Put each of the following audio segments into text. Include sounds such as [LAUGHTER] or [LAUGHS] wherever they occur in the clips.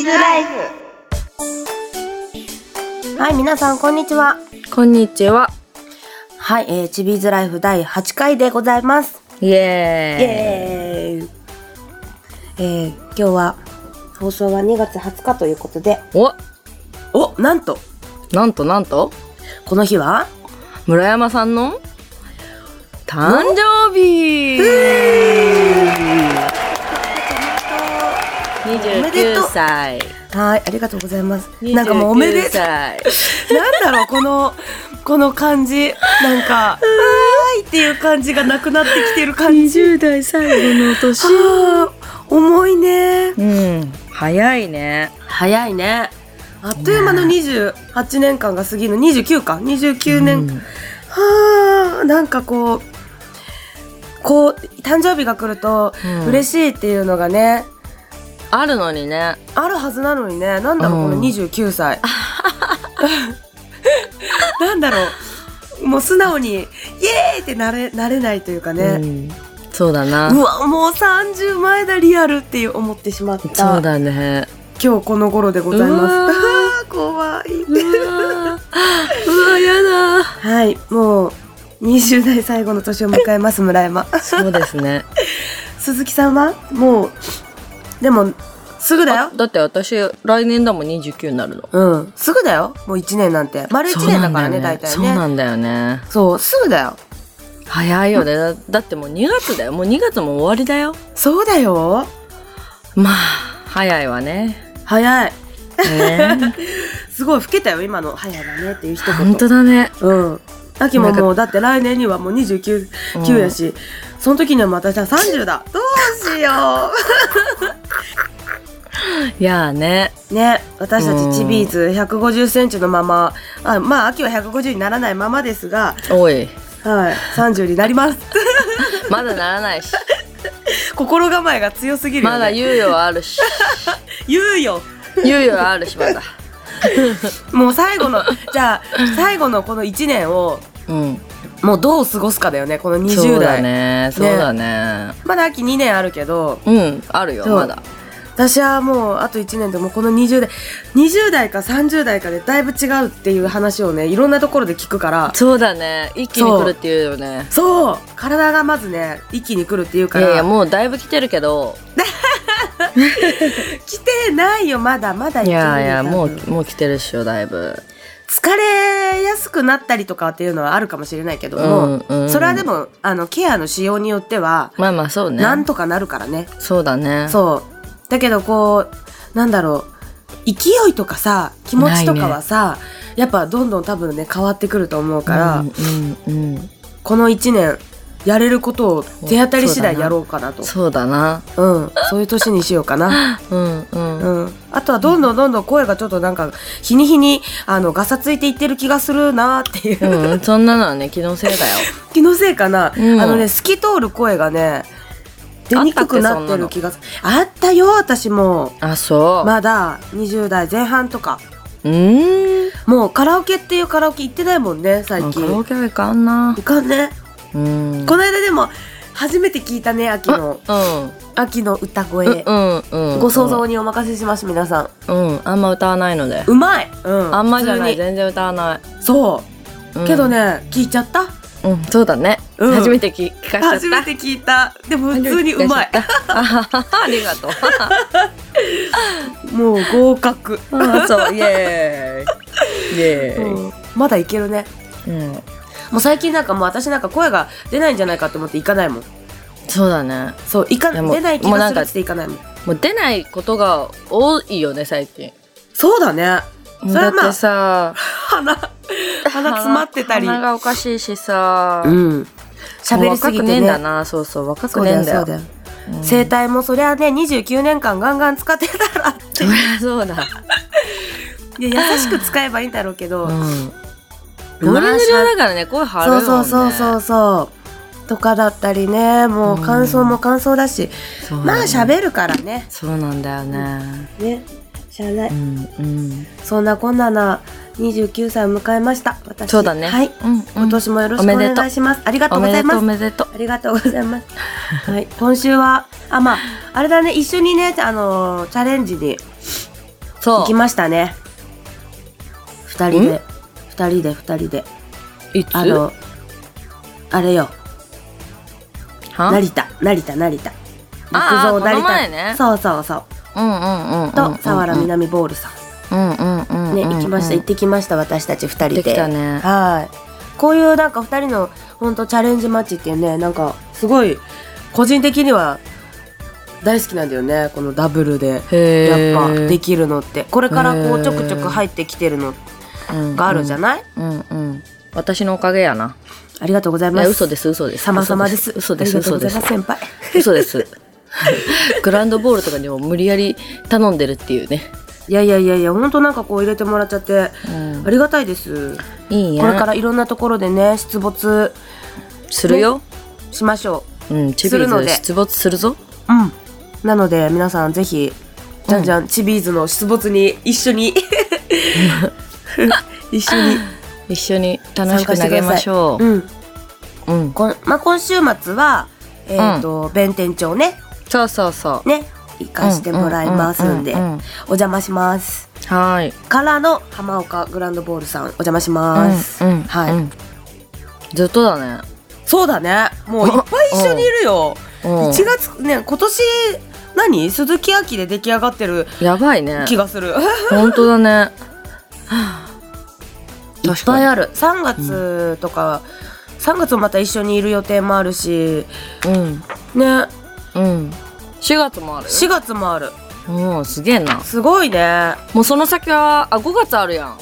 ズライフはい、皆さん、こんにちは。こんにちは。はい、えー、チビーズライフ第8回でございます。イイエエーーイ。イえー、今日は、放送は2月20日ということで、お、お、なんと、なんとなんと、この日は、村山さんの誕生日。二おめ十でとう九歳。はい、ありがとうございます。なんかもう [LAUGHS] おめで29歳。なんだろう、この、この感じ。なんか、はーいっていう感じがなくなってきてる感二じ。十代最後の [LAUGHS] 年。あー重いね。うん、早いね。早いね。あっという間の28年間が過ぎるの、29か、29年間。はあなんかこうこう誕生日が来るとうん嬉しいっていうのがね、あるのにね。あるはずなのにねなんだろう、うんこの29歳 [LAUGHS] なんだろうもう素直にイエーイってなれなれないというかうね、ん、そうだうな。わもう30前だリアルっていう思ってしまったそうだね。今日この頃でございますうわあー [LAUGHS] 怖いうわー、 [LAUGHS] うわやだ。はいもう20代最後の年を迎えます村山 [LAUGHS] そうですね。鈴木さんはもうでもすぐだよあだって私来年だもん29になるの。うんすぐだよもう1年なんて丸1年だからね大体そうねなんだよね。そうすぐだよ早いよね。だだってもう2月だよ。もう2月も終わりだよ。そうだよまあ、早いわね。早いねすごい老けたよ今の早いわねっていう一言 [LAUGHS] 本当だね。うん秋もなもうだって来年にはもう29うん9やし、その時にはもう私は30だどうしよいやーね。うね私たちチビーズ1 5 0ンチのままあまあ秋は150にならないままですがおい。はい30になります [LAUGHS] まだならないし。心構えが強すぎるよ、ね、まだ猶予は [LAUGHS] あるし。言うよ猶予はあるし、まだ。もう最後の [LAUGHS] じゃあ最後のこの1年をうん。もうどう過ごすかだよねこの20代そうだね。そうだね。まだ秋2年あるけどうん。あるよ、そうまだ。私はもうあと1年でもうこの20代20代か30代かでだいぶ違うっていう話をねいろんなところで聞くからそうだね。一気に来るっていうよね。そう体がまずね一気に来るっていういからやいや、もうだいぶ来てるけど。来てないよまだまだいいけるよやいや、多分もう、もう来てるっしょ、だいぶ。疲れやすくなったりとかっていうのはあるかもしれないけども、うんうんそれはでもあのケアの仕様によっては、まあまあ、そうね。なんとかなるからねそうだね。そう。だけどこう、なんだろう、勢いとかさ、気持ちとかはさ、やっぱどんどん多分ね、変わってくると思うから、うんうんうんこの一年、やれることを手当たり次第やろうかなと。そうだなうん。そういう年にしようかな。うんうん、うん。あとはどんどんどんどん声がちょっとなんか、日に日に、あの、ガサついていってる気がするなって [LAUGHS] いう。うん、そんなのはね気のせいだよ気のせいかな、うんあのね、透き通る声がね、出にくくなってる気がする。あったよ、私も。 [LAUGHS] あそう、まだ20代前半とか。うーんもうカラオケっていうカラオケ行ってないもんね最あカ近ラオケはいかんな行かんね、うんこの間でも初めて聞いたね秋のうん秋の歌声、うんうんうんご想像にお任せします皆さんうんあんま歌わないのでうまい、うん、あんまじゃない普通全然歌わない、にそうんうけどね、聞いちゃったうんそうだね、うん初めて聞聞かしちゃった初めて聞いたでも普通にうまい初めて聞かしちゃったあはははありがとうもう合格、あそうイエーイイエーイうんまだいけるねうんもう最近なんかもう私なんか声が出ないんじゃないかと思って行かないもんそうだねそう行かいやもう出ない気もうながするっんかつって行かないもんもう出ないことが多いよね最近そうだねそれだはっまてあさ鼻鼻詰まってたり鼻がおかしいしさうん。喋りす若ぎくてねえね。んだなそうそう若そくうねだえよ、そんだようだよ。声帯もそりゃね、29年間ガンガン使ってたらってそ。りゃそうだいや優しく使えばいいんだろうけど。うんまノあリノリだからね声張るそもんうねそうそうそうそう。とかだったりね、もう感想も感想だし。そうまあ喋るからね。そうなんだよねね。しゃあなうい。んうんそんなこんなな29歳を迎えました。私。そうだねはい。うんうん今年もよろしくおおめでと願ういします。ありがとおうごめざいでまとうすお。めでとうありがとうござい [LAUGHS] ます。はい、今週は、あ、まあ、あれだね、一緒にね、あのーチャレンジにそ行きう。ましたね二人んで二人で二人でいつあのあれよは成田成田成田あ陸上ーこの成前田、ねそうそうそううんうんうんうん。と佐原南ボールさんうんうんうんうん。ね行きました行行ってきました私たち二人っでてきたね。はいこういうなんか二人の本当チャレンジマッチっていうねなんかすごい個人的には大好きなんだよねこのダブルでへやっぱーできるのってこれからこへうーちょくちょく入ってきてるのうんがあるじゃない、うんうん。私のおかげやな。ありがとうございいまやす嘘です嘘です。様々です嘘です嘘ですありがとうございます先嘘です。グランドボールとかにも無理やり頼んでるっていうね。輩いやいやいやいや本当なんかこう入れてもらっちゃってありがたいですいいや。これからいろんなところでね出没するよ。しましょうん。チビするのーでズ出没するぞ。ううんなので皆さんぜひじゃんじゃん、チビーズの出没に一緒 [LAUGHS] に一緒に一緒に楽参し加くしてくださ投いげましょう。うんうん。こんまあ、今週末はえっ、と、弁天町ねそうそうそう。ね行かしてもらいますんでううううんうんお邪魔しますはーい。からの浜岡グランドボールさんお邪魔します、うんうんはい、うんずっとだね。そうだねもういっぱい一緒にいるようん1月ね今年何鈴木亜希で出来上がってるやばいね。気がする本当だね。いっぱいある。 3月とか、3月もまた一緒にいる予定もあるしうん。ねうん。4月もある。 4月もあるうん、すげえな。すごいねもうその先は、あ、5月あるやん。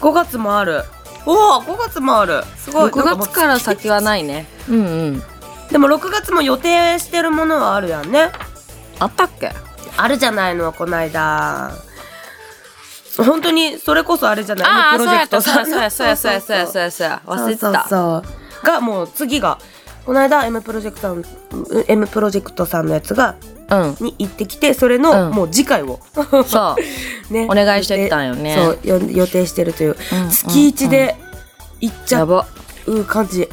5月もあるおお5月もあるすごい6月から先はないね。うんうん。 [LAUGHS] でも6月も予定してるものはあるやんねあったっけあるじゃないのこないだ本当にそれこそあれじゃないあああ、のプそうロジェやっクトた、そうさや、そう [LAUGHS] や、そうや、そうや、そうや、そうや、そうや、忘れてた。そうそうそうがもう次がこの間 M プロジェクトの M プロジェクトさんのやつがうん。に行ってきてそれの、うんもう次回をそう。 [LAUGHS] ねお願いしてたんよね予定そうよ予定してるという、うんうん月一で行っちゃやば。う感じ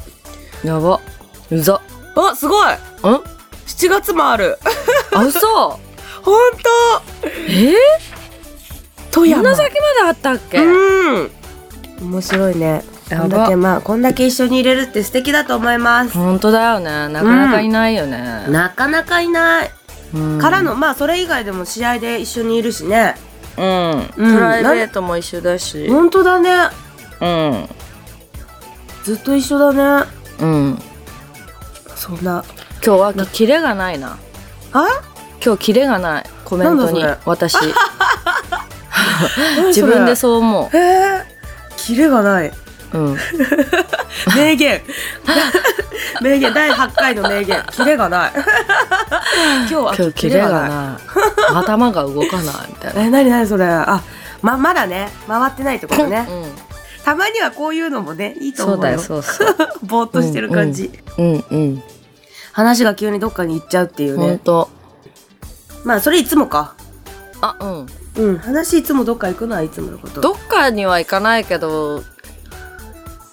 やば。うざ。あすごいうん7月もある [LAUGHS] あ、 [LAUGHS] 嘘本えー当富こ山んな先まであったっけうん面白いねやばこんだけまあこんだけ一緒にいれるって素敵だと思います、本当だよね。なかなかいないよね。なかなかいない、うんからのまあそれ以外でも試合で一緒にいるしねうん。プライベートも一緒だし。本当だねうん。ずっと一緒だねうん。そんな今日はキレがないなあ今日キレがないコメントになんだ私自分でそう思、うへえキレがないううん、名言名言第8回の名言キレがない [LAUGHS] 今日は今日キレがない頭が動かないみたいな、えなになにそれあままだね回ってないってことねうん、 [LAUGHS] たまにはこういうのもねいいと思そううだよそうそうぼーっとしてる感じ、うんうん話が急にどっかに行っちゃうっていうほんねとまあそれいつもかあうんうん話いつもどっか行くのはいつものことどっかには行かないけど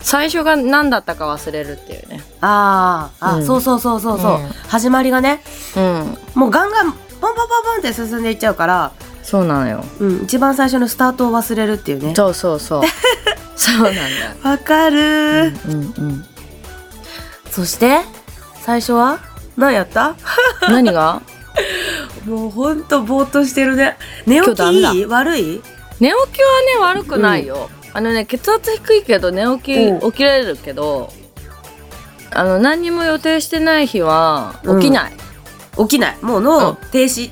最初が何だったか忘れるっていうねあーあ、うんそうそうそうそうそう、うん始まりがねうんもうガンガンポンポンポンポンって進んでいっちゃうから、そうなのようん、一番最初のスタートを忘れるっていうねそうそうそう [LAUGHS] そうなんだよわかるー、うんうん、そして最初は何やった何がもうほんとぼーっとしてるね寝起今日ダメだきいい悪い寝起きはね悪くないよ、あのね血圧低いけど寝う起んき起きれるけどあの何にも予定してない日は起きない起きないもう脳を停止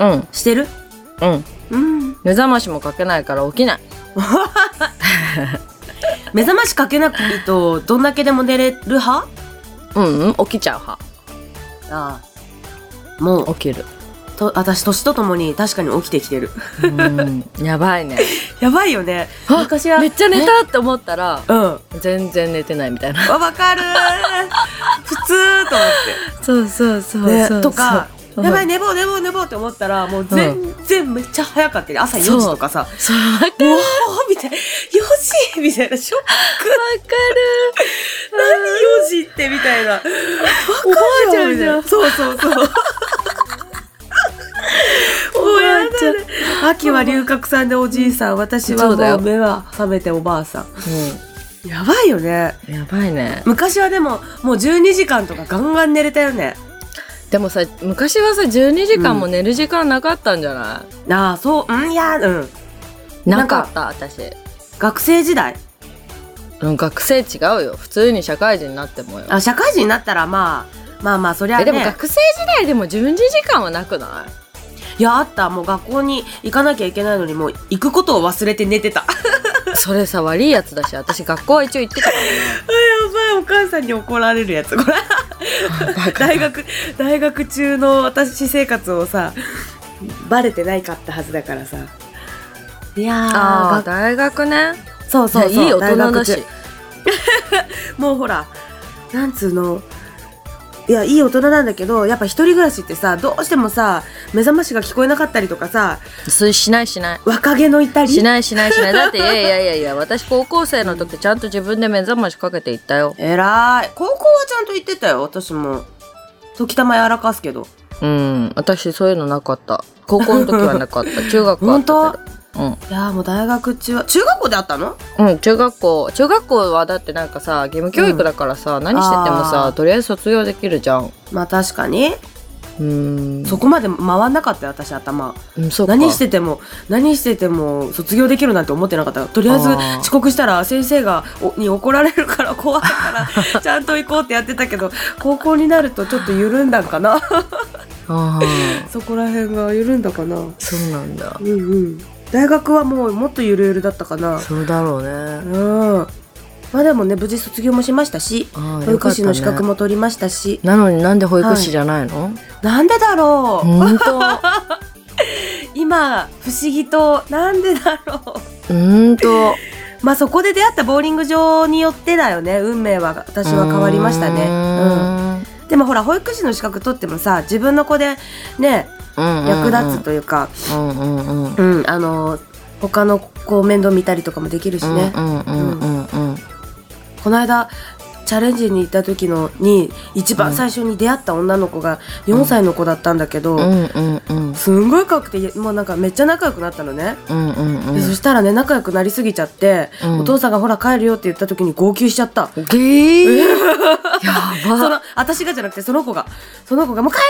うんうん、してるうん目覚ましもかけないから起きない目覚ましかけなくていいとどんだけでも寝れる派うん、うん、起きちゃう派ああもう起きる、と私年とともに確かに起きてきてるうん、 [LAUGHS] やばいねやばいよねあ昔はめっちゃ寝たって思ったらうんわ全然寝てないみたいなわかるー普通と思 [LAUGHS] そうそうそうって、ね、とかうんやばい寝ぼう寝ぼう寝ぼうって思ったらもう全然めっちゃ早かったり朝4時とかさそうわかるうわーみたいな4時みたいなショック何4時ってみたいなおばあちゃんじゃんそうそうそう。おばあちゃんあ秋は龍角散でおじいさん、私はそうだもよう目は覚めておばあさん。うやばいよね。ん、やばいね昔はでも、もう12時間とかガンガン寝れたよね。でもさ昔はさ12時間も寝る時間なかったんじゃない、ああ、そう、うん、いや、うん。ななんかかった私学生時代。うん学生違うよ普通に社会人になってもよあ、社会人になったら、まあ、まあまあ、そりゃね。えでも学生時代でも12時間はなく [LAUGHS] ないいや、あった。もう学校に行かなきゃいけないのに、もう行くことを忘れて寝てた。それさ悪いやつだし私学校は一応行ってたかやばいお母さんに怒られるやつこれ大学大学中の私生活をさバレてないかったはずだからさいやーらがあー大学ねそうそうそういやいい大人だ大し学中もうほらなんつうのいやいい大人なんだけどやっぱ一人暮らしってさどうしてもさ目覚ましが聞こえなかったりとかさそれしないしない若気の至りしないしないしないだっていやいやいやいや私高校生の時ちゃんと自分で目覚ましかけていったよえらい高校はちゃんと行ってたよ私も時たまやらかすけどうん私そういうのなかった高校の時はなかった [LAUGHS] 中学はあったけどいやーもう大学中は中学校であったのうん、うん、中学校中学校はだってなんかさ義務教育だからさ、何しててもあーさとりあえず卒業できるじゃんまあ確かに、うんそこまで回んなかったよ私頭うんそうか何してても何してても卒業できるなんて思ってなかったとりあえずあー遅刻したら先生がおに怒られるから怖いから [LAUGHS] ちゃんと行こうってやってたけど高校になるとちょっと緩んだんかなああ [LAUGHS] そこら辺が緩んだかなうんそうなんだうん大学はもうもっとゆるゆるだったかなそうだろううねんまあでもね無事卒業もしましたしああ保育士の資格よかっも取りましたしたねなのになんで保育士じゃないの、なんでだろう、本当今不思議となんでだろ本当うまあそこで出会ったボーリング場によってだよね運命は私は変わりましたねうん、でもほら保育士の資格取ってもさ自分の子でねうん役立つというか、つうんうんうんうんうんあの他の子を面倒見たりとかもできるしね、うんうんうんうんこの間チャレンジに行った時のに一番最初に出会った女の子が4歳の子だったんだけど、うんうんうんすんごい可愛くてもうなんかめっちゃ仲良くなったのね、うんうんうんでそしたらね仲良くなりすぎちゃって、うんお父さんがほら帰るよって言った時に号泣しちゃった。げーやそばの私がじゃなくてその子がその子が「もう帰ら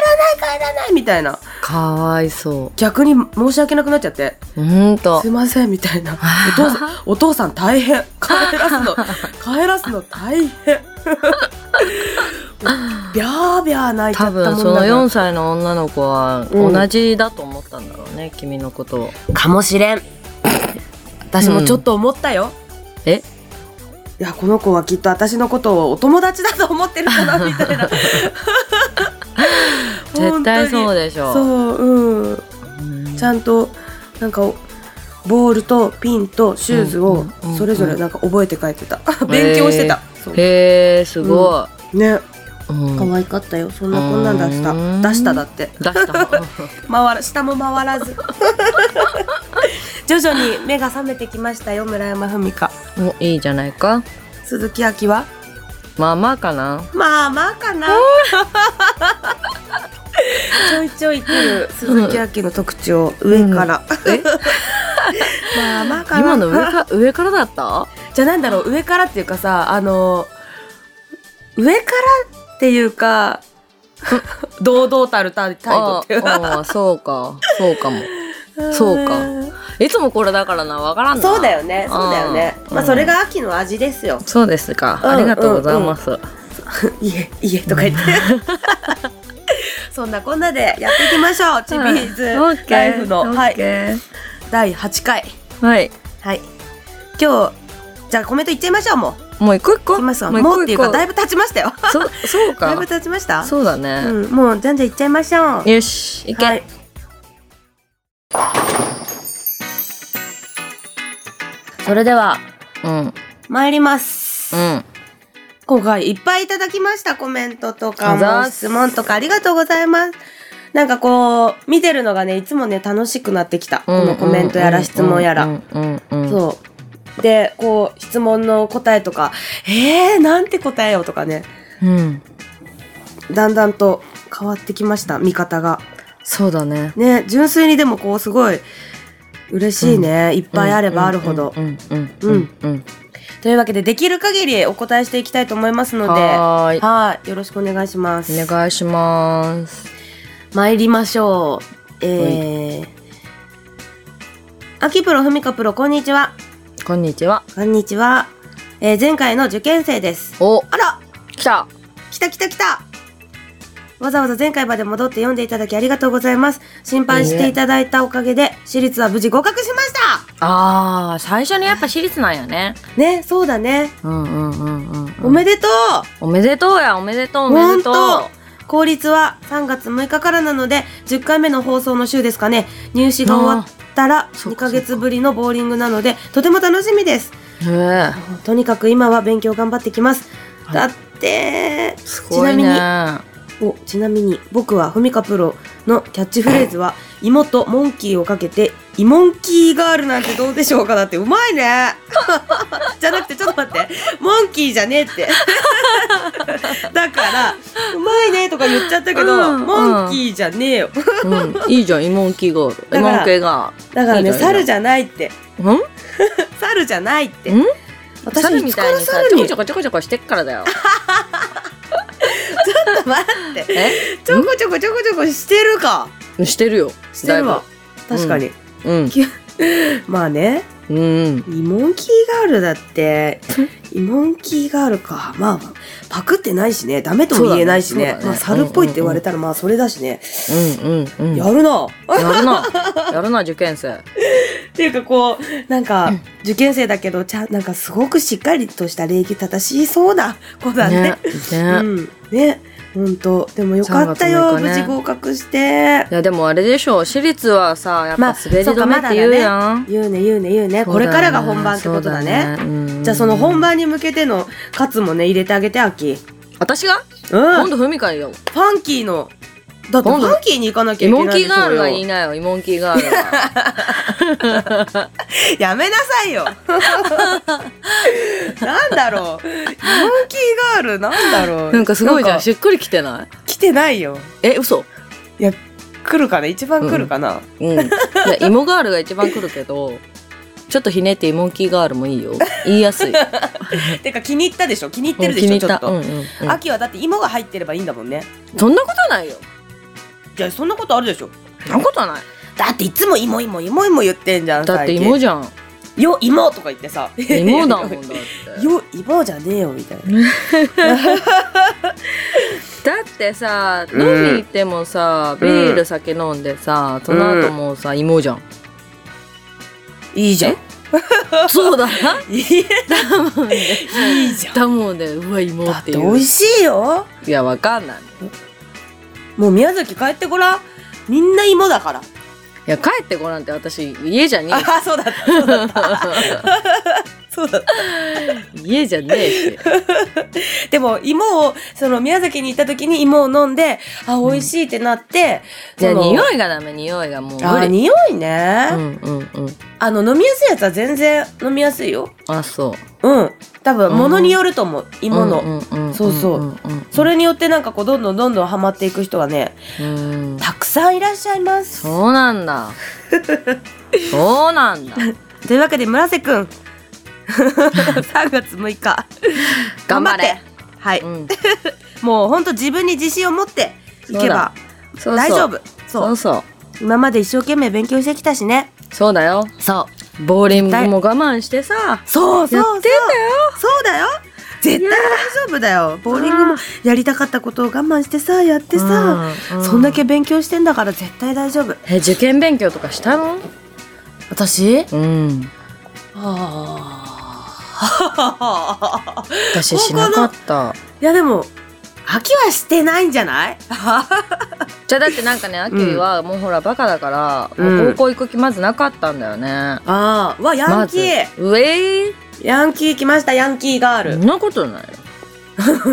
ない帰らない」みたいなかわいそ逆に申し訳なくなっちゃってうほ「んとすいません」みたいな「お父さんお父さん大変帰らす [LAUGHS] の帰らすの大変」ビャービャー泣いちゃ多ったもん分だそのから4歳の女の子はうん同じだと思ったんだろうね、君のことをかもしれん私もちょっと思ったよ、えいやこの子はきっと私のことをお友達だと思ってるかなみた [LAUGHS] いな絶対そうででしょそううんうんちゃんとなんかボールとピンとシューズうをんうんうんそれぞれなんか覚えて帰ってた [LAUGHS] 勉強してた、そうへえすごねい、うん可愛かったよそんなこんなん出しうたん出しただって出した [LAUGHS] 回ら下も回ら [LAUGHS] ず徐々に目が覚めてきましたよ村山文香もういいじゃないか鈴木亜希はまあまあかなまあまあかなちょいちょい来る鈴木亜希の特徴、上から、え [LAUGHS] まあまあかな今の上 [LAUGHS] か上からだったじゃあなんだろう上からっていうかさあの上からっていうか [LAUGHS] 堂々たる態度っていうかああそうかそうかも [LAUGHS] そうかいつもこれだからなわからんなそうだよねそうだよねうんまあそれが秋の味ですよそうですか、うんありがとうございます、 [LAUGHS] いえいえとか言って [LAUGHS] そんなこんなでやっていきましょうチビーズはいオッケーライフの、オはッい、ケ第8回ーはいはい今日じゃあコメントいっちゃいましょうもうもう一個一い個きますわもうもうってい一う個か一個だいぶ経ちましたよそそうだいぶか経ちましたそうだね、うん、もうじゃんじゃんいっちゃいましょうよしいけ、はいそれではうんうん参ります、あ今回いっぱいいただきましたコメントとかあざもーす質問とかありがとうございますなんかこう見てるのがねいつもね楽しくなってきた、うんこのコメントやら質問やら、うんうんうんうんそうでこう質問の答えとか「えー、なんて答えよ」とかねうんだんだんと変わってきました見方がそうだねね純粋にでもこうすごい嬉しいね、いっぱいあればあるほど、うんうんうんうんというわけでできる限りお答えしていきたいと思いますうのんではーいはいよろしくお願いしますお願いします参りましょうえー、秋プロふみかプロこんにちはこんにちはこんにちは、えー、前回の受験生ですおあら来た来た来た来たわざわざ前回まで戻って読んでいただきありがとうございます心配していただいたおかげで私立は無事合格しましたあー最初にやっぱ私立なんやねねそうだねうんうんうんうんうんおめでとうおめでとうやおめでとうおめでとう本当公立は3月6日からなので10回目の放送の週ですかね入試が終わったらーそ2っかヶ月ぶりのボーリングなのでとても楽しみですへとにかく今は勉強頑張ってきますはいだってえすごいねちおちなみに僕はふみかプロのキャッチフレーズは「芋とモンキーをかけてイモンキーガールなんてどうでしょうか」だってうまいね [LAUGHS] じゃなくてちょっと待ってモンキーじゃねえって [LAUGHS] だから「うまいね」とか言っちゃったけど、うんモンキーじゃねえよ [LAUGHS] うん、いいじゃん、イモンキーゴール。だイかモらン系が。だからいいねのいいの猿じゃないってうん猿じゃないってん私猿みいつかたいらにさ、猿ちょにこちょこちょこちょこしてっからだよ。ちょ [LAUGHS] っと待ってえちょこちょこちょこちょこしてるかしてるよ。してるわ確かに、だいぶ。うん。まあねうん。イモンキーガールだってイモンキーガールかまあパクってないしねダメとも言えないしそうねだねまあ、そうだね猿っぽいって言われたらまあそれだしね、うんうんうん。ややるなるな。やるな、受験生。っていうかこうなんか受験生だけどちゃんなんかすごくしっかりとした礼儀正しそうな子だねね。うね。んね本当でもよかったよ、 3月無事6日ね合格していや、でもあれでしょう。私立はさ、やっまあぱ滑り止めって言うやん。言うね言うね言うねこれからが本番ってことだねじゃあその本番。番に向けてのカツもね入れてあげてアキ私がうん今度、ふみかいよ。ファンキーの、だってフ今度ァンキーに行かなきゃイいけモないンでキしーガールょがういいよ。なよ、イモンキーガールが。やめなさ [LAUGHS] いよ。なんだろう。イモンキーガールなんだろう。なんかすごいじゃなん。かしっくりきてない来てないよ。え、嘘いや、来るかな一番来るかな、うん。いや、芋ガールが一番来るけど、ちょっとひねって芋キーガールもいいよ。言いや [LAUGHS] すい。てか気に入ったでしょ気に入ってるでうん気しにょちょ入ったっ。と。うんうんうん秋はだって芋が入ってればいいんだもんね。そんなことないよ。じゃあそんなことあるでしょそんなことない。だっていつも芋芋芋芋言ってんじゃん。だって最近芋じゃん。よ芋とか言ってさ。芋だもん [LAUGHS] だって。よ芋じゃねえよみたいな。だってさ、飲うみん行ってもさ、ビうんール酒飲んでさ、その後もさ、芋じゃん。いいじゃん。そうだな。 [LAUGHS] いいいいじゃん。だもんね、うわ、芋だっっててい美う。味いしいよ。や、わかんない。もう宮崎帰ってごらん。みんな芋だから。いや、帰ってごらんって私、家じゃね [LAUGHS] えし。あ、そうだった。そうだった。そうだっ家じゃねえし。た。でも芋を、その宮崎に行った時に芋を飲んで、あ、美味しいってなって、じゃあ、その匂いがダメ、匂いがもうあ無理。匂いね、うんうんうん。あの、飲みやすいやつは全然飲みやすいよ。あ、そう。うん。多分、物によると思う。芋の。のそうそうそれによってなんかこう、どんどんどんどんハマっていく人はね、うんたくさんいらっしゃいます。そうなん [LAUGHS] だそうなんだというわけで村瀬くん [LAUGHS] 3月6日頑張れはい、うんもうほんと自分に自信を持っていけばそうそう大丈夫そうそうそう今まで一生懸命勉強してきたしねそうだよそボーリングも我慢してさうそうそうやってんだよそうだよ絶対大丈夫だよボーリングもやりたかったことを我慢してさやってさ、ううそんだけ勉強してんだから絶対大丈夫え受験勉強とかしたの私うんああ私しなかったいやでも秋はしてないんじゃないじゃあだってなんかねアキはもうほらバカだから、うんもう高校行く気まずなかったんだよねああ、わ、ヤンキー、まずうえいヤンキー来ました、ヤンキーガーそル。んなことないよそ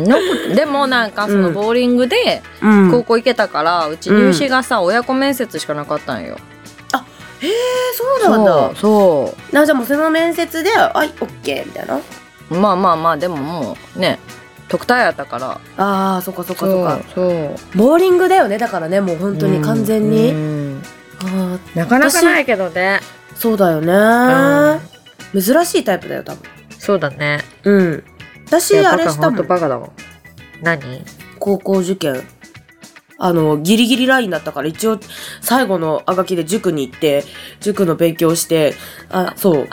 んなことでもなんかそのボーリングで、うん高校行けたからうち入試がさ、親子面接しかなかったんよそうそう。そなじゃあもうその面接で、はい、オッケーみたいな。うまあまあまあでももうね特待やったからああ、そっかそっかそそっうか。そうボーリングだよね、だからね、もう本当に完全に。うんあーなかなか私なないいけどね。そうだようんね珍しいタイプだよ多分そうだね。うん私あれバカした本も当んバカだもん。何？高校受験あのギリギリラインだったから一応最後のあがきで塾に行って塾の勉強してあそう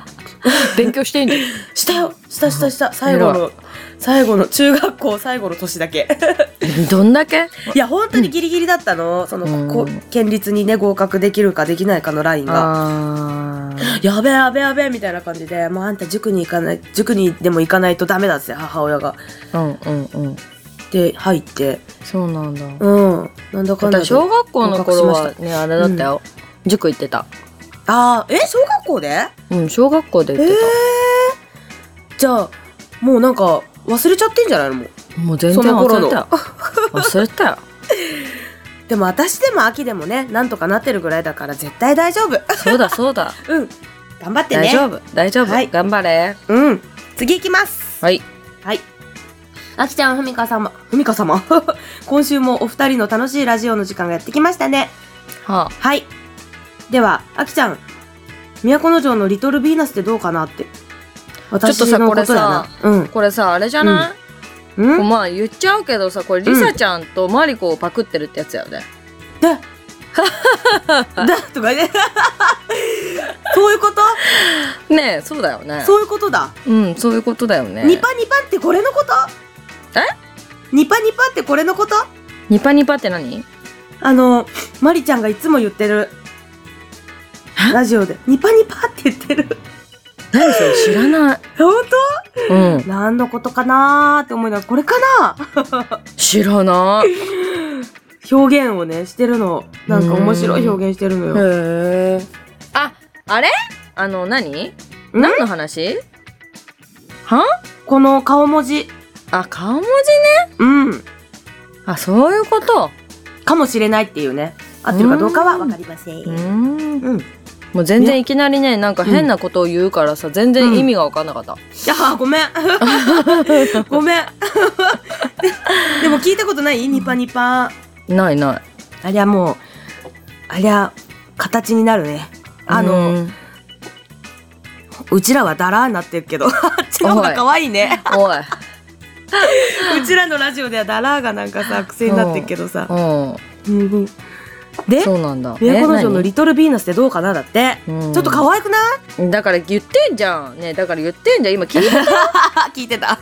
勉強してんじゃん。したよしたしたした最後の最後の中学校最後の年だけどんだ [LAUGHS] け？いや本当にギリギリだったのその、こうん県立にね合格できるかできないかのラインがあやべえやべえやべえみたいな感じでもうあんた塾に行かない塾にでも行かないとダメだっつって母親があ。うんうんうん。で入ってそうなんだ。うんなんだかんだ私で小学校の頃合は格ねあれだったよ。塾行ってた。あーえ小学校でうん小学校で行えってーじゃあもうなんか忘れちゃってんじゃないのもうた。もう全そ然の頃忘のれたよ。 [LAUGHS] 忘れたよ。でも私でも秋でもねなんとかなってるぐらいだから絶対大丈夫そうだそ [LAUGHS] うだ。うん頑張ってね大丈夫大丈夫はい。頑張れ。うん次行きますはい。はいあきちゃんふみか様ふみか様 [LAUGHS] 今週もお二人の楽しいラジオの時間がやってきましたねはあ。はいではあきちゃん都城のリトルヴィーナスってどうかなって私ちょっとさのここれとやなさこれさあれじゃない？うんうんまあ言っちゃうけどさこれリサちゃんとマリコをパクってるってやつだよね。だ [LAUGHS] だとかねそういうことねえそうだよね。そういうことだ、うんそういうことだよね。ニパニパってこれのことえニパニパってこれのことニパニパって何？あのマリちゃんがいつも言ってるラジオでニパニパって言ってる何それ知らない。本うん当何のことかなーって思いながらこれかな知らない。表現をねしてるのなんか面白い表現してるのよへえ。ああれ？あの何？ん何の話？は？この顔文字あ顔文字ね。うんあそういうこと。かもしれないっていうね合ってるかどうかはわかりませんうーん。うんもう全然いきなりねなんか変なことを言うからさ全然意味が分かんなかった。いやーご [LAUGHS] めんごめん [LAUGHS] でも聞いたことないニパニパないない。ありゃもうありゃ形になるねあの、ううんちらはダラーになってるけ [LAUGHS] どあっちの方が可愛いねおい。うちらのラジオではダラーがなんか [LAUGHS] さ癖になってるけどさ、うん。うんうんでそうなんだ。都城の何リトルヴィーナスってどうかなだって、うんちょっと可愛くないだから言ってんじゃん。ねだから言ってんじゃん。今聞 [LAUGHS] いた。あ [LAUGHS] 聞いてた [LAUGHS]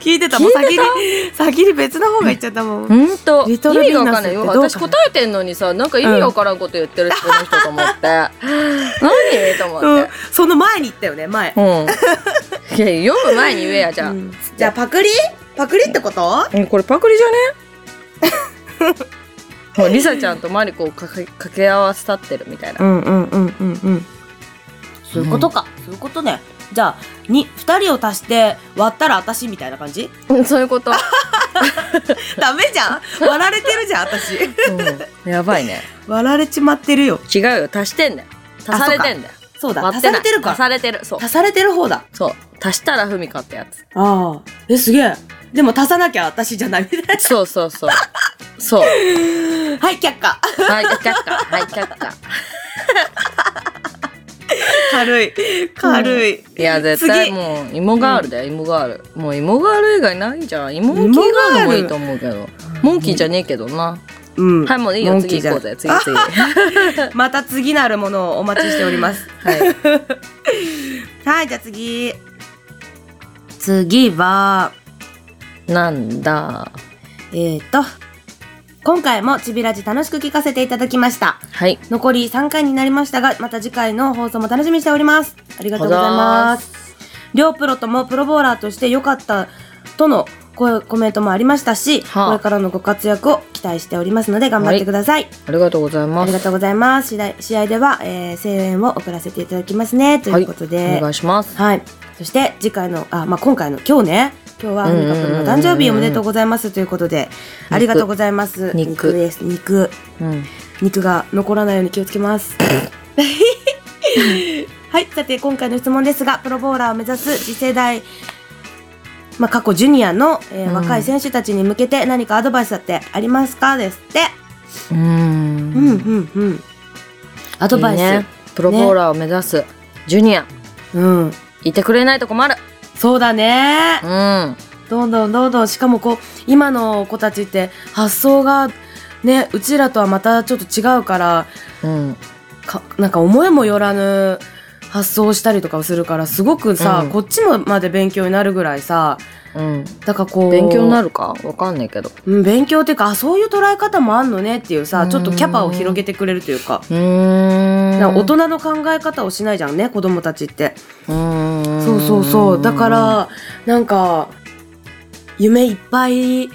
聞いてたもう先に先に別の方が言っちゃったもんほんと。リ意トル味がわかんないヴィーナスってどよ。うかな私答えてんのにさ、なんか意味わからんこと言ってるってこの人と [LAUGHS] 思って。何と思うっん、その前に言ったよね前て。うん。いや、読む前に言えや、じゃあ。うんじゃあパクリパクリってことえ、これパクリじゃね [LAUGHS] もうリサちゃんとマリコをかけ掛け合わせたってるみたいな。んうんうんうんうんそういうことか、そういうことねじゃあに2人を足して割ったら私みたいな感じうんそうい [LAUGHS] うこと。ダメじゃん割られてるじゃん私うんやばいね。 [LAUGHS] 割られちまってるよ違うよ。足してんだよ。足されてんだよ。そうだ割足っさてなれいてるか足されてる。そう足。されてる方だそう。足したらふみかってやつ。ああえすげえでも足さなきゃ私じゃない [LAUGHS] そうそうそう。そう。はい却下はい、却下。はい、却下。軽い軽い、いや、絶対次もう、芋ガールだよ、芋ガール。もう、芋ガール以外ないじゃん。芋キー芋ガガールールもいいと思うけど。モンキーじゃねえけどな。うんはい、もういいモよ。ンキー次じゃ行なこいうぜ。次、次。はまた次なるものをお待ちしており [LAUGHS] ますい。はいじゃあ次次はなんだ。えー、と、今回もちびラジ楽しく聞かせていただきました。はい。残り3回になりましたが、また次回の放送も楽しみにしております。ありがとうございます。両プロともプロボーラーとして良かったとの声コメントもありましたし、はあこれからのご活躍を期待しておりますので頑張ってください。ありがとうございあまりす。がとうございます。試合試合では、えー声援を送らせていただきますね。ということで。お願いします。はい。そして次回の、あ、まあ、今回の、今日ね、今日は、うんうんうんふみかくんの誕生日おめでとうございますということで、肉ありがとうございます。肉です。肉。うん。肉が残らないように気をつけます。 [LAUGHS] はい。さて、今回の質問ですが、プロボーラーを目指す次世代、まあ、過去ジュニアの、えーうん若い選手たちに向けて何かアドバイスだってありますかですって。ううんんうんうんアドバイスいいねプロボーラーを目指すジュニアうんいてくれないと困るそうだねうんどんどんどんどんしかもこう今の子たちって発想がねうちらとはまたちょっと違うからうんかなんか思いもよらぬ発想をしたりとかするからすごくさ、うんこっちもまで勉強になるぐらいさうんだからこう勉強になる、るかわかんないけどうん、勉強っていうかあそういう捉え方もあんのねっていうさちょっとキャパを広げてくれるというかうーんなんか大人の考え方をしないじゃんね子供たちってうーんそうそうそうだからなんか夢いっぱい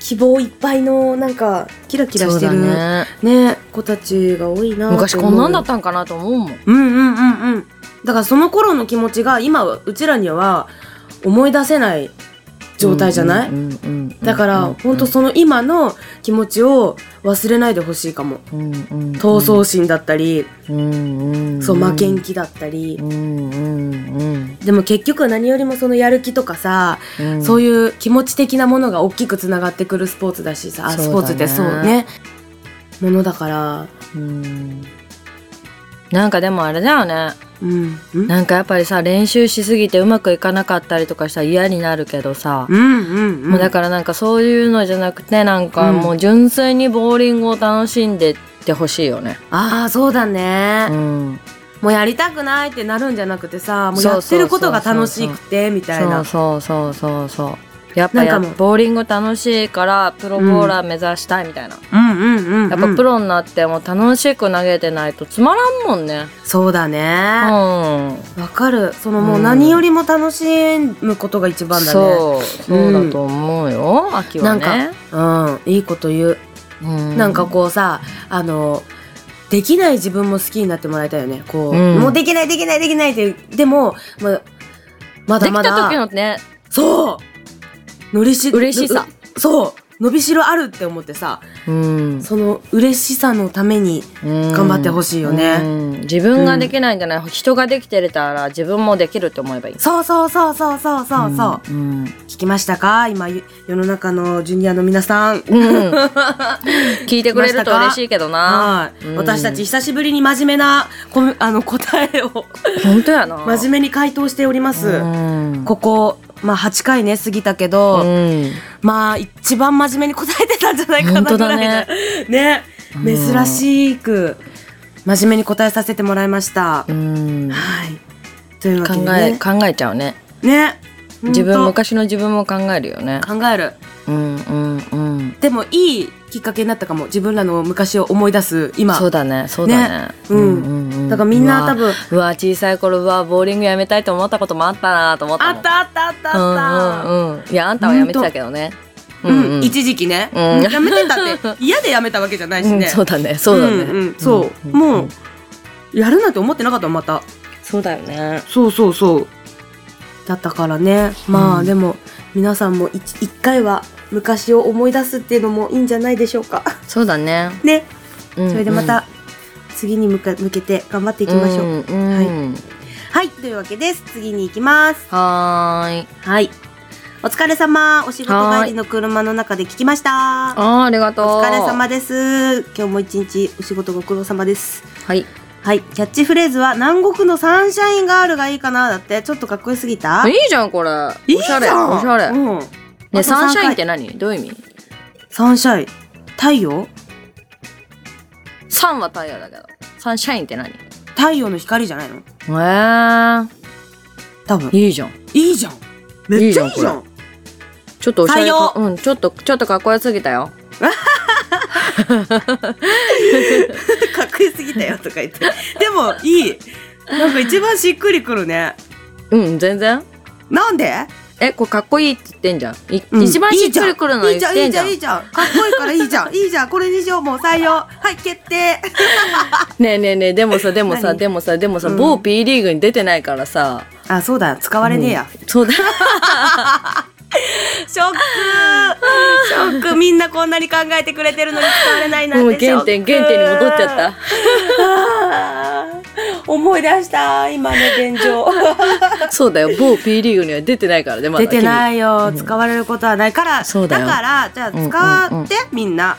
希望いっぱいのなんかキラキラしてるそうねだね子たちが多いな昔とこ思うんなんだったんかなと思うもんうんうんうんうんだからその頃の気持ちが今うちらには思い出せない状態じゃない、うんうんうんうんだから、ほんとその今の気持ちを忘れないでほしいかもうんうんうん闘争心だったり、うんうんそう負けん気だったりう、んうんでも結局は何よりもそのやる気とかさ、うんそういいう気持ち的なものが大きくつながってくるスポーツだしさ、あそうだねスポーツってそうねものだからうんなんかでもあれだよねうんうんなんかやっぱりさ練習しすぎてうまくいかなかったりとかしたら嫌になるけどさ、うんうんうんもうだからなんかそういうのじゃなくてなんかもう純粋にボーリングを楽しんでってほしいよね。ああそうだね、うん、もうやりたくないってなるんじゃなくてさもうやってることが楽しくてみたいそなうそうそうそうそうやっぱなやんかもうボーリング楽しいからプロボーラー目指したいみたいな、うんうんうんうんやっぱプロになっても楽しく投げてないとつまらんもんね。そうだうねんわかるそのもううん何よりも楽しむことが一番だねそうそうだと思うよ、秋なはんね。かうんいいこと言ううんなんかこうさあのできない自分も好きになってもらいたいよねこう、うんもうできないできないできないってでもまあまだまできた時だのねそうのりし嬉しさうそう伸びしろあるって思ってさうんその嬉しさのために頑頑張ってほしいよね自分ができないんじゃない、人ができてるから自分もできるって思えばいいそうそうそうそうそうそうそう、うん、うん聞きましたか今ゆ世の中のジュニアの皆さん [LAUGHS] うん聞いてくれると嬉しいけどなはい、うん私たち久しぶりに真面目なこあの答え [LAUGHS] を本当やな真面目に回答しております、うんここ、まあ、8回ね過ぎたけど、うんまあ一番真面目に答えてたんじゃないかな本当ぐだらいねで [LAUGHS] ねうん珍しく真面目に答えさせてもらいました、うんはいというわ考けでえね考えちゃうねねほんと自分昔の自分も考えるよね考えるうんうんうんでもいいきっかけになったかも自分らの昔を思い出す今そうだねそうだねねうんだからみんな多分うわうわ小さい頃はボーリングやめたいと思ったこともあったなと思ったあもんったあったあったあった、うんうんうん、いやあんたはやめてたけどね。うんうん一時期ね、うんやめてた [LAUGHS] って嫌でやめたわけじゃないしうんね、そうだねそうだね。んんそう、もうやるなんて思ってなかったまたそうだよね。そうそうそうだったからねまあ、うんでも皆さんも一一回は昔を思い出すっていうのもいいんじゃないでしょうか [LAUGHS] そうだね。ねそそれでまた次に向か向けて頑張ってい行きましょう、んうんはいというわけです次に行きますはーい。はい。お疲れ様。お仕事帰りの車の中で聞きました。あーありがとう。お疲れ様です。今日も一日お仕事ご苦労様です。はい。はい。キャッチフレーズは南国のサンシャインガールがいいかなだって、ちょっとかっこよすぎたいいじゃんこれ。いいおじしゃゃんれおしゃれ。うん。ねサンシャインっあと三回て何？どういう意味？サンシャイン。太陽サンは太陽だけど。サンシャインって何？え太陽の光じゃないのえー、多分。いいじゃん。いいじゃん。めっちゃいいいいじじゃゃん。ちょっとおしゃれか採うんちょっとちょっとかっこよすぎたよ。かっこよすぎたよとか言って。でも、いい。なんか一番しっくりくるね。うん全然。なんでえこれかっこいいって言ってんじゃん。いうん一番しっくりくるのはいい言っじゃんていいんじじゃゃんんいい。じゃんかっこいいからいいじ [LAUGHS] ゃんいいじゃんこれにしようもう採用はい決定ねえねえねえでもさでもさ何でもさでもさ、うん某 P リーグに出てないからさあそうだ使わあれねえや、そうだ [LAUGHS] ショックショックみんなこんなに考えてくれてるのに使われないなもう原点原点に戻っちゃったた思い出した今の現 [LAUGHS] 状そうだよ某 P リーグには出てないからねまだ出ていないよ、うん使われることはないからそうだよからじゃあ使って、うんうんうんみんな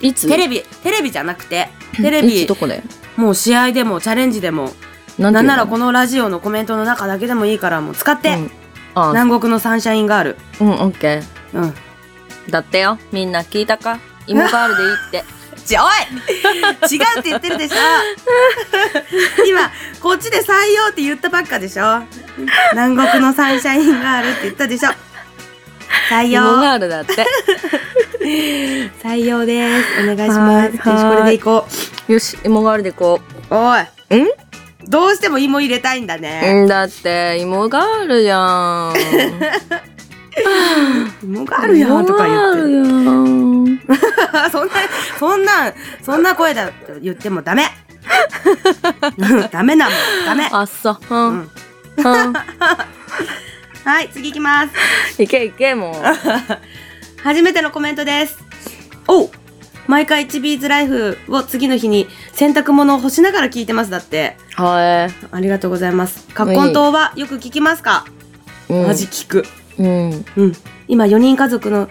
いつテレビテレビじゃなくてテレいつビどこでもう試合でもチャレンジでもなんなんならこののラジオのコメントの中だけでもいいからもう使って、うん、あ南国のサンシャインガールうんオッケうんーだってよみんな聞いたか芋ガールでいいってちょおい [LAUGHS] 違うって言ってるでしょ今こっちで採用って言ったばっかでしょ南国のサンシャインガールって言ったでしょ採芋用ガールだって採用ですお願いしますよしはいこれでいこよし芋ガールでこうおいうんどうしても芋入れたいんだね、うんだって芋ガールじゃん芋があるやんとか言ってる芋ガールや [LAUGHS] んそんなそんなそんな声だと言ってもダメ [LAUGHS] ダメなもんダメあっそううんうんはい次いきますいけいけもう初めてのコメントです。おう毎回 1B's ライフを次の日に洗濯物を干しながら聞いてますだって。はありがとうございます。カッコン島はよく聞きますか、い、うん、マジ聞く。うんうん。今4人家族の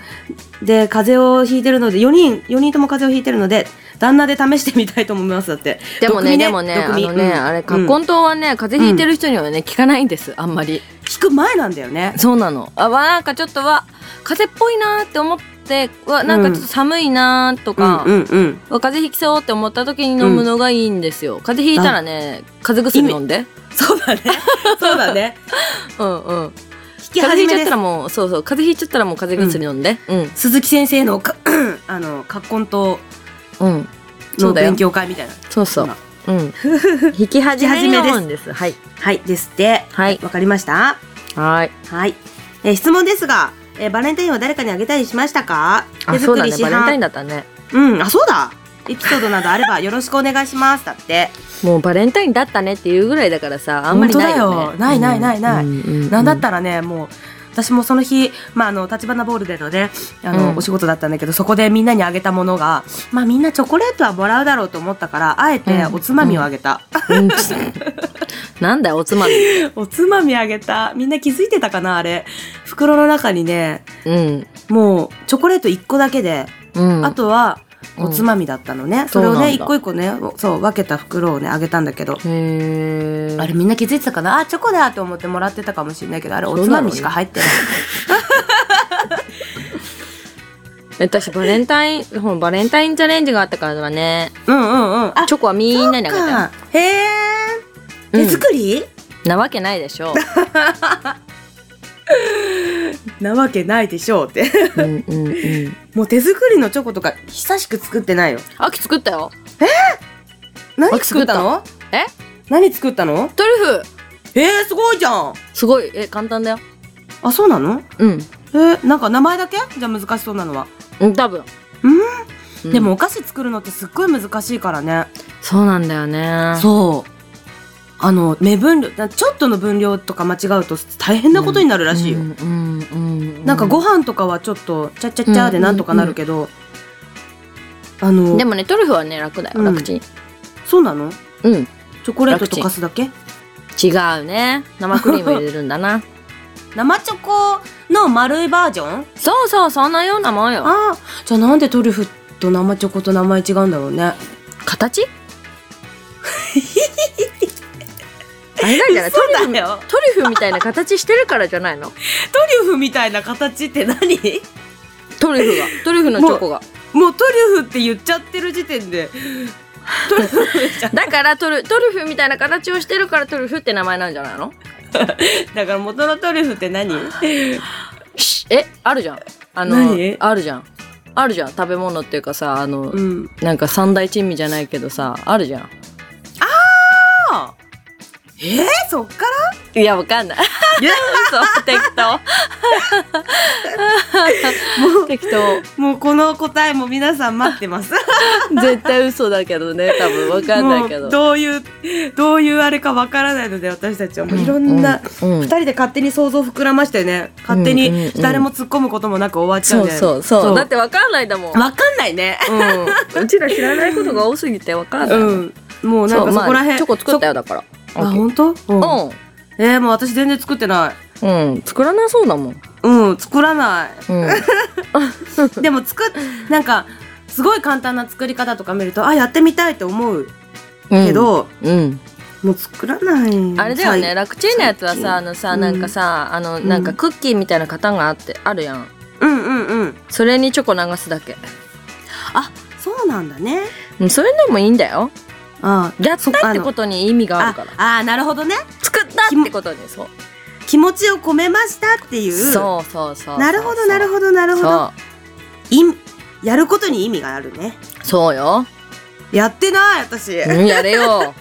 で風邪をひいてるので、4人、四人とも風邪をひいてるので、旦那で試してみたいと思いますだって。でも毒ね味でもね毒あ味のね、うんあれうカんッコン島はね風邪ひいてる人にはね効かないんですあんまり聞く前なんだよね。そうなのあわなんかちょっとは風邪っぽいなーって思ってわなんかちょっと寒いなーとか、うんうんうん。わ風邪ひきそうって思った時に飲むのがいいんですよ、風邪ひいたらね風邪薬飲んでそうだ [LAUGHS] ね。そうだね。うんうん聞き風邪始ひいちめゃでったすら。もうそうそう風邪ひいちゃったらもう風邪薬飲んでうん鈴木先生のか [CLEARS THROAT] あの、カッコン島うん、そのうだよ勉強会みたいな。そうそう今うん [LAUGHS] 引き始めに飲むんですはいはい、ですって。はいわかりましたはいはい。えー質問ですが、えーバレンタインは誰かにあげたりしましたかあそうだね市バレンタイン販だったねうん、あ、そうだエピソードなどあればよろしくお願いします。だって。もうバレンタインだったねっていうぐらいだからさあんまりない本よ当だよねないないないないなんだったらね、もう、私もその日、まあ、あの、立花ボールでのね、あの、うんお仕事だったんだけど、そこでみんなにあげたものが、まあ、みんなチョコレートはもらうだろうと思ったから、あえてうんおつまみをあげた。うんなんだよおつまみおつまみあげた。みんな気づいてたかなあれ。袋の中にね、うんもう、チョコレート1個だけで、うんあとはうんおつまみだったのね、そそうれなんをだね一個一個ねそう分けた袋をねあげたんだけど、へえあれみんな気づいてたかなあチョコだと思ってもらってたかもしれないけどあれおつまみしか入ってない私バレンタインほらバレンタインチャレンジがあったからだねうんうんうんあチョコはみんなにあげたよかへえ手作り、なわけないでしょなわけないでしょうって [LAUGHS] うんうんうんもう手作りのチョコとか久しく作ってないよ秋作ったよ何作ったのえ何作ったのトリュフえー、すごいじゃんすごいえ簡単だよあそうなのうんえー、なんか名前だけじゃあ難しそうなのは、うん多分うんでもお菓子作るのってすっごい難しいからねそうなんだよねそう。あの、目分量、だちょっとの分量とか間違うと大変なことになるらしいよ。うんうんうんうんなんかご飯とかはちょっと、ちゃっちゃっちゃでなんとかなるけど、あの、でもねトリュフはね楽だようん楽ちんそうなのうん、チョコレートとかすだけ違うね生クリーム入れるん [LAUGHS] だな生チョコの丸いバージョンそうそうそんなようなもんよああ、じゃあなんでトリュフと生チョコと名前違うんだろうね。 [LAUGHS] 形あれなんじゃないトリュフだよ。トリュフみたいな形してるからじゃないのトリュフみたいな形って何トリュフがトリュフのチョコがもうトリュフって言っちゃってる時点で、トリュフじゃんだからトリトリュフみたいな形をしてるからトリュフって名前なんじゃないのだから元のトリュフって何シッえあるじゃんあの何あるじゃんあるじゃん食べ物っていうかさあの、うん。なんか三大珍味じゃないけどさあるじゃんえー、そっからいやわかんない [LAUGHS] そう適当適当もうこの答えも皆さん待ってます。絶対嘘だけどね多分わかんないけもどうどういう、どういうあれかわからないので私たちはもういろんな、うんうん二人で勝手に想像膨らましてね、勝手うんうんにうん誰も突っ込むこともなく終わっちゃそううんで。そうそうだってわかんないだもん、わかんないね。うん、うちら知らないことが多すぎてわかんない、うん。もうなんかそこらまあ辺。チョコ作ったよだからそあ、本当？うん。うえー、もう私全然作ってない。ん、うん、作らなそうだもん、 [LAUGHS] うん、作らない。うん、でも作っ、なんか、すごい簡単な作り方とか見るとあやってみたいと思う [LAUGHS] うんけど、うんもう作らないあれだよね最楽ちんのやつはさあのさうんなんかさ、あのうんなんかクッキーみたいな型があってあるやんうんうんうんそれにチョコ流すだけあそうなんだねうんそれでもいいんだよあやったってことに意味があるあからああなるほどね作ったってことにそう気持ちを込めましたっていうそうそうそうなるほどなるほほどなるほどそいやることに意味があるねうそうよやってない私、うんやれよ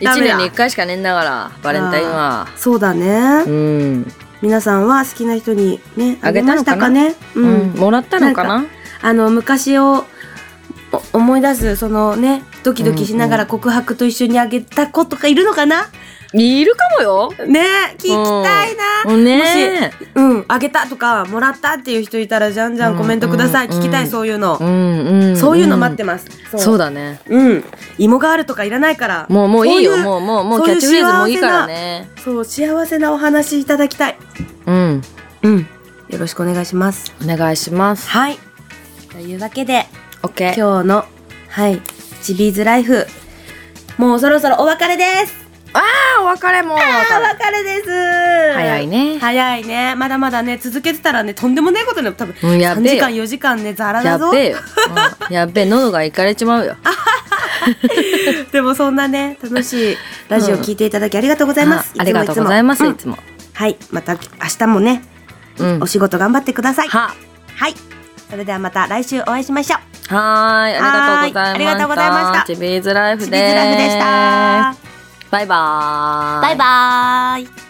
一 [LAUGHS] ダメだ年に一回しかねえんだからバレンタインはそうだね、うん、皆さんは好きな人にねああげげまたのしかたなかねうんもらったのかなあの昔をお思い出すそのねドキドキしながら告白と一緒にあげた子とかいるのかな、いるかもよねえ聞きたいなもうねうんあげたとかもらったっていう人いたらじゃんじゃんコメントください、うんうん聞きたいそういうのう、んうんそういうの待ってます、うんそうだねうん芋があるとかいらないからもうもういいよそうもうもうもうそういうキャッチフレーズもいいからねそう幸せなお話いただきたいうんうんよろしくお願いしますお願いしますはいというわけで OK 今日のはいチビーズライフもうそろそろお別れですあお別れもうお別あおれ別れです早いね早いねまだまだね続けてたらねとんでもないことになる多分うんや3べえ時よ間4時間ねザラやだぞっべえよ、うんやっべえ喉がいかれちまうよでもそんなね楽しいラジオ聞いていただきありがとうございます、あありがとうございますつもいつもつもうんはいまた明日もねうんお仕事頑張ってくださいははいそれではまた来週お会いしましょうはーいありがとうございましたはーいありがとうございましたチビーズライフチですビーズライフでしたバイバーイバイバーイ